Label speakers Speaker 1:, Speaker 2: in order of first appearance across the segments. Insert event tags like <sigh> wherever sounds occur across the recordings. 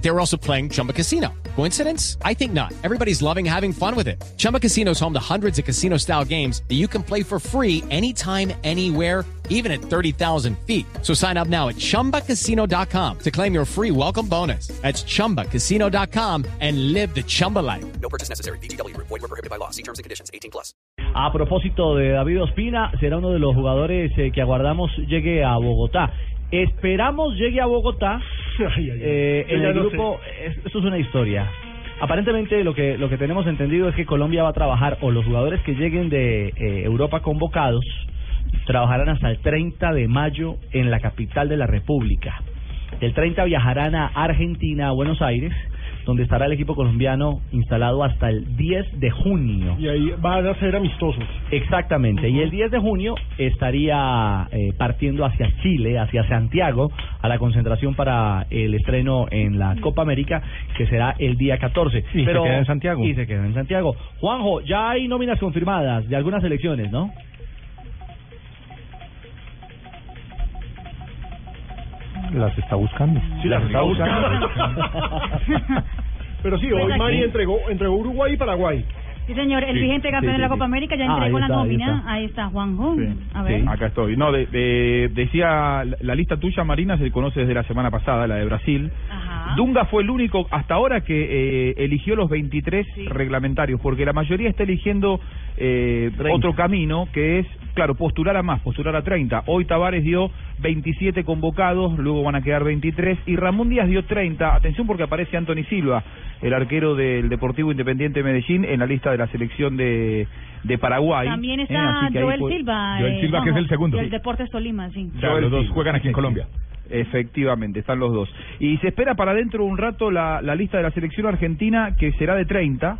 Speaker 1: They were also playing Chumba Casino. Coincidence? I think not. Everybody's loving having fun with it. Chumba Casino is home to hundreds of casino style games that you can play for free anytime, anywhere even at 30,000 feet. So sign up now at ChumbaCasino.com to claim your free welcome bonus. That's ChumbaCasino.com and live the Chumba life.
Speaker 2: No purchase necessary. BGW. Void were prohibited by law. See terms and conditions. 18 plus.
Speaker 3: A propósito de David Ospina, será uno de los jugadores eh, que aguardamos llegue a Bogotá. Esperamos llegue a Bogotá.
Speaker 4: <laughs> Ay, ay, ay.
Speaker 3: Eh,
Speaker 4: Yo
Speaker 3: en
Speaker 4: ya
Speaker 3: el
Speaker 4: no
Speaker 3: grupo, es- esto es una historia. Aparentemente lo que lo que tenemos entendido es que Colombia va a trabajar o los jugadores que lleguen de eh, Europa convocados trabajarán hasta el 30 de mayo en la capital de la República. Del 30 viajarán a Argentina, a Buenos Aires, donde estará el equipo colombiano instalado hasta el 10 de junio.
Speaker 4: Y ahí van a ser amistosos.
Speaker 3: Exactamente, y el 10 de junio estaría eh, partiendo hacia Chile, hacia Santiago, a la concentración para el estreno en la Copa América, que será el día 14.
Speaker 4: Y se queda en Santiago.
Speaker 3: Y se queda en Santiago. Juanjo, ya hay nóminas confirmadas de algunas elecciones, ¿no?
Speaker 5: Las está buscando.
Speaker 4: las está buscando. Pero sí, hoy
Speaker 6: Pues
Speaker 4: Mari
Speaker 6: aquí.
Speaker 4: entregó, entregó Uruguay y Paraguay.
Speaker 6: Sí, señor, el vigente campeón de la Copa América ya
Speaker 3: Ah,
Speaker 6: entregó
Speaker 3: ahí
Speaker 6: la
Speaker 3: está, ahí
Speaker 6: nómina.
Speaker 3: está.
Speaker 6: Ahí está, Juanjo. A ver.
Speaker 7: Sí, acá estoy. No, de- de- decía la- la lista tuya, Marina, se conoce desde la semana pasada, la de Brasil.
Speaker 6: Ajá.
Speaker 7: Dunga fue el único hasta ahora que eh, eligió los 23
Speaker 6: Sí.
Speaker 7: reglamentarios, porque la mayoría está eligiendo eh,
Speaker 3: 30.
Speaker 7: otro camino, que es, claro, postular a más, postular a 30. Hoy Tavares dio 27 convocados, luego van a quedar 23, y Ramón Díaz dio 30. Atención porque aparece Anthony Silva, el arquero del Deportivo Independiente Medellín, en la lista de la selección de, de Paraguay.
Speaker 6: También
Speaker 7: Eh,
Speaker 6: está
Speaker 7: así que ahí
Speaker 6: Joel
Speaker 7: fue-
Speaker 6: Silva. eh,
Speaker 5: Joel Silva, que es el segundo.
Speaker 6: El Deportes Tolima, sí.
Speaker 5: Ya, los dos juegan aquí en Colombia.
Speaker 7: Efectivamente, están los dos. Y se espera para dentro de un rato la, la lista de la selección argentina, que será de 30.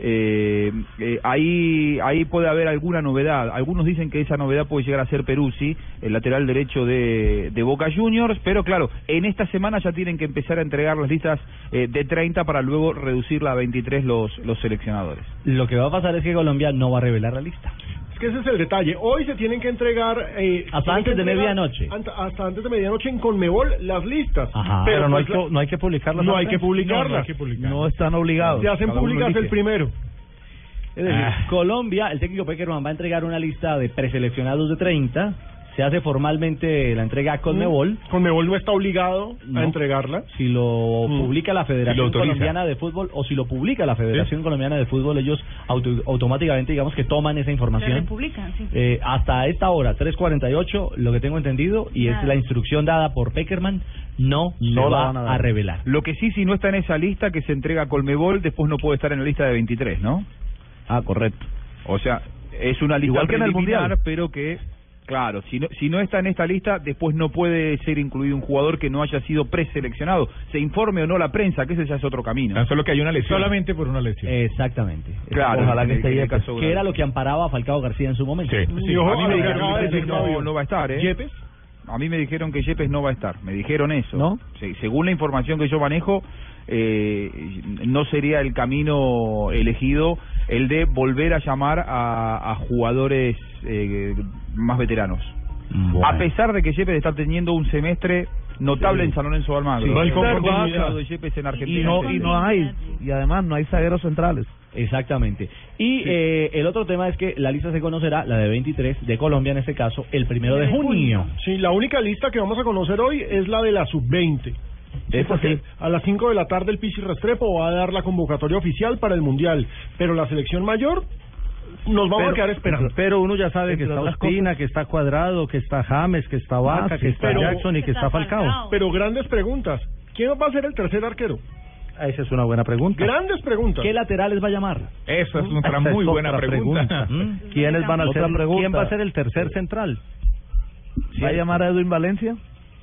Speaker 7: Eh, eh, ahí, ahí puede haber alguna novedad. Algunos dicen que esa novedad puede llegar a ser Peruzzi, el lateral derecho de, de Boca Juniors. Pero claro, en esta semana ya tienen que empezar a entregar las listas eh, de 30 para luego reducirla a 23 los, los seleccionadores.
Speaker 3: Lo que va a pasar es que Colombia no va a revelar la lista.
Speaker 4: Es que ese es el detalle. Hoy se tienen que entregar... eh,
Speaker 3: Hasta
Speaker 4: tienen que
Speaker 3: antes de
Speaker 4: entregar
Speaker 3: medianoche.
Speaker 4: ant- hasta antes de medianoche en Conmebol las listas.
Speaker 3: Ajá.
Speaker 5: Pero no hay,
Speaker 4: pues
Speaker 5: que, no hay que publicarlas.
Speaker 4: No hay
Speaker 5: antes.
Speaker 4: que publicarlas.
Speaker 5: No, no hay que publicarlas. No están obligados.
Speaker 4: Se hacen
Speaker 5: Cada uno
Speaker 4: públicas
Speaker 5: elige.
Speaker 4: el primero.
Speaker 3: Es decir,
Speaker 5: Ah.
Speaker 3: Colombia, el técnico Peckerman va a entregar una lista de preseleccionados de 30. Se hace formalmente la entrega a Conmebol.
Speaker 4: Mm. Conmebol no está obligado
Speaker 3: No.
Speaker 4: a entregarla.
Speaker 3: si lo
Speaker 4: Mm.
Speaker 3: publica la
Speaker 5: Si lo
Speaker 3: Federación
Speaker 5: autoriza.
Speaker 3: Colombiana de Fútbol o si lo publica la Federación Colombiana de Fútbol, ellos auto- automáticamente digamos que toman esa
Speaker 6: La
Speaker 3: información.
Speaker 6: República, sí.
Speaker 3: Eh, hasta esta hora, 3.48, lo que tengo entendido, y es
Speaker 6: Nada.
Speaker 3: la instrucción dada por Peckerman, no,
Speaker 5: No
Speaker 3: se
Speaker 5: la
Speaker 3: va
Speaker 5: van a
Speaker 3: a,
Speaker 5: dar.
Speaker 3: revelar.
Speaker 7: Lo que sí, si no está en esa lista que se entrega a Colmebol, después no puede estar en la lista de 23, ¿no?
Speaker 3: Ah, correcto.
Speaker 7: O sea, es una lista
Speaker 3: Igual que en el
Speaker 7: preliminar,
Speaker 3: Mundial.
Speaker 7: pero que, claro, si no, si no está en esta lista, después no puede ser incluido un jugador que no haya sido preseleccionado. Se informe o no la prensa, que ese ya es otro camino.
Speaker 5: Tan solo que hay una lesión. Solamente por una lesión.
Speaker 3: Eh, Exactamente.
Speaker 7: Claro,
Speaker 3: Ojalá que
Speaker 7: en
Speaker 3: esté
Speaker 7: el- en el
Speaker 3: Yepes,
Speaker 7: caso
Speaker 3: que era
Speaker 7: grave.
Speaker 3: lo que amparaba a Falcao García en su momento.
Speaker 5: Sí.
Speaker 4: Y ojo,
Speaker 7: a mí me
Speaker 4: a la
Speaker 7: dijeron
Speaker 4: acaba
Speaker 7: que
Speaker 4: de
Speaker 7: Yepes
Speaker 4: decir
Speaker 7: no,
Speaker 4: Fabio.
Speaker 7: no va a estar, ¿eh?
Speaker 4: Yepes.
Speaker 7: A mí me dijeron que Yepes no va a estar, me dijeron eso.
Speaker 3: ¿No?
Speaker 7: Sí, según la información que yo manejo, eh, no sería el camino elegido el de volver a llamar a, a jugadores eh, más veteranos.
Speaker 3: Bueno.
Speaker 7: A pesar de que Yepes está teniendo un semestre notable en San Lorenzo de Almagro.
Speaker 4: Sí, no hay continuidad.
Speaker 7: Lo de Yepes en Argentina.
Speaker 6: hay-
Speaker 5: y además no hay zagueros centrales.
Speaker 3: Exactamente. Y eh, el otro tema es que la lista se conocerá, la de 23, de Colombia en este caso, el primero de
Speaker 6: De junio.
Speaker 3: junio.
Speaker 4: Sí, la única lista que vamos a conocer hoy es la de la sub-20.
Speaker 3: Es así.
Speaker 4: A las 5 de la tarde el Pichi Restrepo va a dar la convocatoria oficial para el Mundial, pero la selección mayor nos vamos a quedar esperando.
Speaker 5: Pero uno ya sabe
Speaker 3: que está Ospina,
Speaker 5: que está Cuadrado, que está James, que está
Speaker 3: Vaca, que está
Speaker 4: Jackson
Speaker 6: y que está Falcao.
Speaker 4: Pero grandes preguntas. ¿Quién va a ser el tercer arquero?
Speaker 5: Esa es una buena pregunta.
Speaker 4: Grandes preguntas.
Speaker 3: Ah, ¿Qué laterales va a llamar?
Speaker 5: Esa es
Speaker 3: <laughs>
Speaker 5: otra muy buena pregunta. <laughs>
Speaker 3: ¿Mm?
Speaker 6: ¿Quiénes van a
Speaker 5: Otra
Speaker 6: ser-
Speaker 5: pregunta.
Speaker 6: quién va a
Speaker 3: ser el tercer central?
Speaker 5: ¿Va a llamar a Edwin Valencia?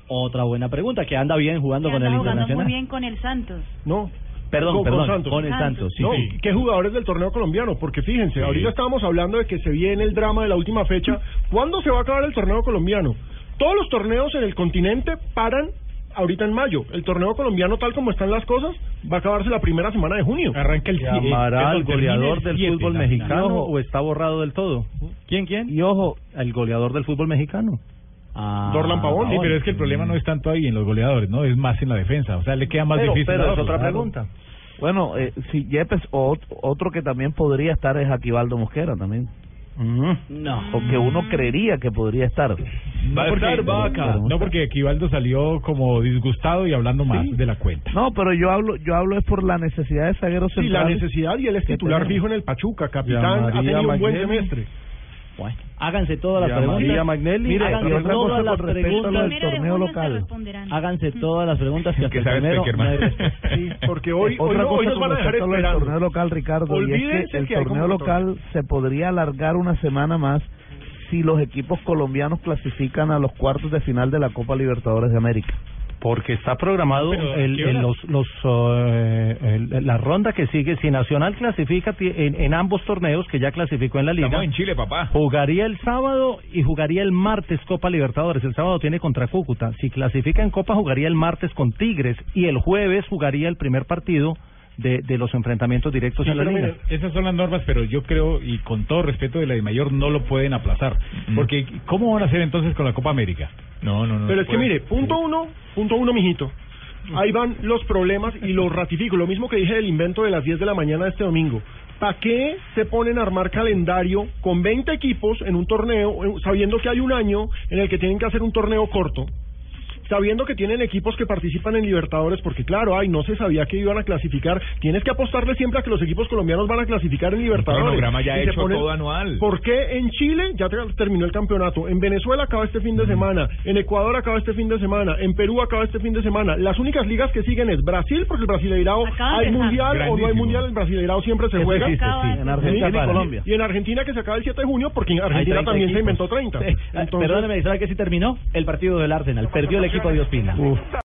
Speaker 3: Otra buena pregunta, que anda bien jugando
Speaker 6: Que
Speaker 3: con
Speaker 6: anda
Speaker 3: el
Speaker 6: jugando muy
Speaker 3: Internacional.
Speaker 6: bien con el Santos.
Speaker 4: No.
Speaker 3: Perdón,
Speaker 4: Con- con
Speaker 3: perdón,
Speaker 4: Santos.
Speaker 3: con el Santos. sí,
Speaker 4: no,
Speaker 3: sí.
Speaker 4: ¿qué jugadores del torneo colombiano? Porque fíjense, ahorita estábamos hablando de que se viene el drama de la última fecha. ¿Cuándo se va a acabar el torneo colombiano? Todos los torneos en el continente paran ahorita en mayo. El torneo colombiano, tal como están las cosas, va a acabarse la primera semana de junio.
Speaker 3: Arranca el
Speaker 7: eh,
Speaker 3: ¿Llamará al
Speaker 7: perdón, termina
Speaker 3: goleador
Speaker 7: el
Speaker 3: del
Speaker 7: siete,
Speaker 3: fútbol
Speaker 7: la-
Speaker 3: mexicano
Speaker 7: la-
Speaker 3: o está borrado del todo?
Speaker 7: ¿Quién, quién?
Speaker 3: Y ojo, al goleador del fútbol mexicano.
Speaker 7: Ah,
Speaker 4: Dorlan Pavón.
Speaker 7: Pavón.
Speaker 3: es que el problema no es tanto ahí en los goleadores, ¿no? Es más en la defensa. O sea, le queda más
Speaker 7: Pero-
Speaker 3: difícil.
Speaker 7: pero es otra pregunta.
Speaker 8: Bueno, eh, si Yepes, o ot- otro que también podría estar es Aquivaldo Mosquera también.
Speaker 7: No.
Speaker 8: Porque uno creería que podría estar.
Speaker 3: No porque, no porque Equivaldo salió como disgustado y hablando más de la cuenta.
Speaker 8: No, pero yo hablo yo hablo es por la necesidad de zagueros
Speaker 4: Y la
Speaker 8: centrales.
Speaker 4: necesidad, y él es titular
Speaker 8: tenemos?
Speaker 4: fijo en el Pachuca, capitán, ha
Speaker 3: Llamaría
Speaker 4: tenido un buen
Speaker 3: Magnelli.
Speaker 4: semestre.
Speaker 7: Bueno, háganse todas las
Speaker 3: Llamaría
Speaker 7: preguntas.
Speaker 3: Magnelli.
Speaker 7: Mire,
Speaker 3: Háganse
Speaker 7: y otra
Speaker 3: todas
Speaker 7: cosa
Speaker 3: las
Speaker 7: con
Speaker 3: preguntas
Speaker 7: respecto a lo del
Speaker 6: Primero de junio se responderán.
Speaker 7: Háganse todas las preguntas que hasta el primero no hay respuesta.
Speaker 4: Sí,
Speaker 3: <laughs>
Speaker 4: porque hoy, hoy,
Speaker 8: Otra
Speaker 4: no- hoy
Speaker 8: cosa
Speaker 4: nos van
Speaker 8: con
Speaker 4: a dejar
Speaker 8: respecto al torneo
Speaker 4: esperando.
Speaker 8: local, Ricardo, y es
Speaker 4: Olvídense
Speaker 8: que el
Speaker 4: que hay
Speaker 8: torneo
Speaker 4: convocatoria.
Speaker 8: local se podría alargar una semana más si los equipos colombianos clasifican a los cuartos de final de la Copa Libertadores de América.
Speaker 3: Porque está programado el, el- los, los, eh, el- la ronda que sigue. Si Nacional clasifica ti- en, en ambos torneos, que ya clasificó en la liga,
Speaker 9: Chile, papá.
Speaker 3: jugaría el sábado y jugaría el martes Copa Libertadores. El sábado tiene contra Cúcuta. Si clasifica en Copa, jugaría el martes con Tigres. Y el jueves jugaría el primer partido de, de los enfrentamientos directos
Speaker 4: Sí,
Speaker 3: en Pues la
Speaker 4: pero
Speaker 3: liga.
Speaker 4: mire,
Speaker 3: esas son las normas, pero yo creo, y con todo respeto de la de mayor, no lo pueden aplazar. Porque, ¿cómo van a hacer entonces con la Copa América? No, no, no.
Speaker 4: Pero es que mire, punto uno, punto uno, mijito. Ahí van los problemas y los ratifico. Lo mismo que dije del invento de las 10 de la mañana de este domingo. ¿Para qué se ponen a armar calendario con 20 equipos en un torneo, eh, sabiendo que hay un año en el que tienen que hacer un torneo corto? Sabiendo que tienen equipos que participan en Libertadores, porque claro, ay, no se sabía que iban a clasificar. Tienes que apostarle siempre a que los equipos colombianos van a clasificar en Libertadores.
Speaker 9: cronograma ya
Speaker 4: Y se
Speaker 9: hecho, todo anual.
Speaker 4: ¿Por qué en Chile ya te- terminó el campeonato? En Venezuela acaba este fin de semana, en Ecuador acaba este fin de semana, en Perú acaba este fin de semana. Las únicas ligas que siguen es Brasil, porque el Brasileirao
Speaker 6: Acaba de
Speaker 4: hay
Speaker 6: empezar.
Speaker 4: mundial o no hay
Speaker 9: Grandísimo.
Speaker 4: mundial, el Brasileirao siempre se juega.
Speaker 6: existe, sí, en
Speaker 8: Argentina y
Speaker 4: Sí,
Speaker 8: Colombia.
Speaker 4: Y en Argentina que se acaba el 7 de junio, porque en
Speaker 7: Hay
Speaker 4: Argentina
Speaker 7: 30
Speaker 4: también se
Speaker 7: equipos.
Speaker 3: <laughs>
Speaker 4: inventó 30.
Speaker 7: Sí. Ah,
Speaker 4: Entonces-
Speaker 7: Perdóneme, ¿sabe qué sí terminó? El partido del Arsenal. Perdió el equipo de Ospina.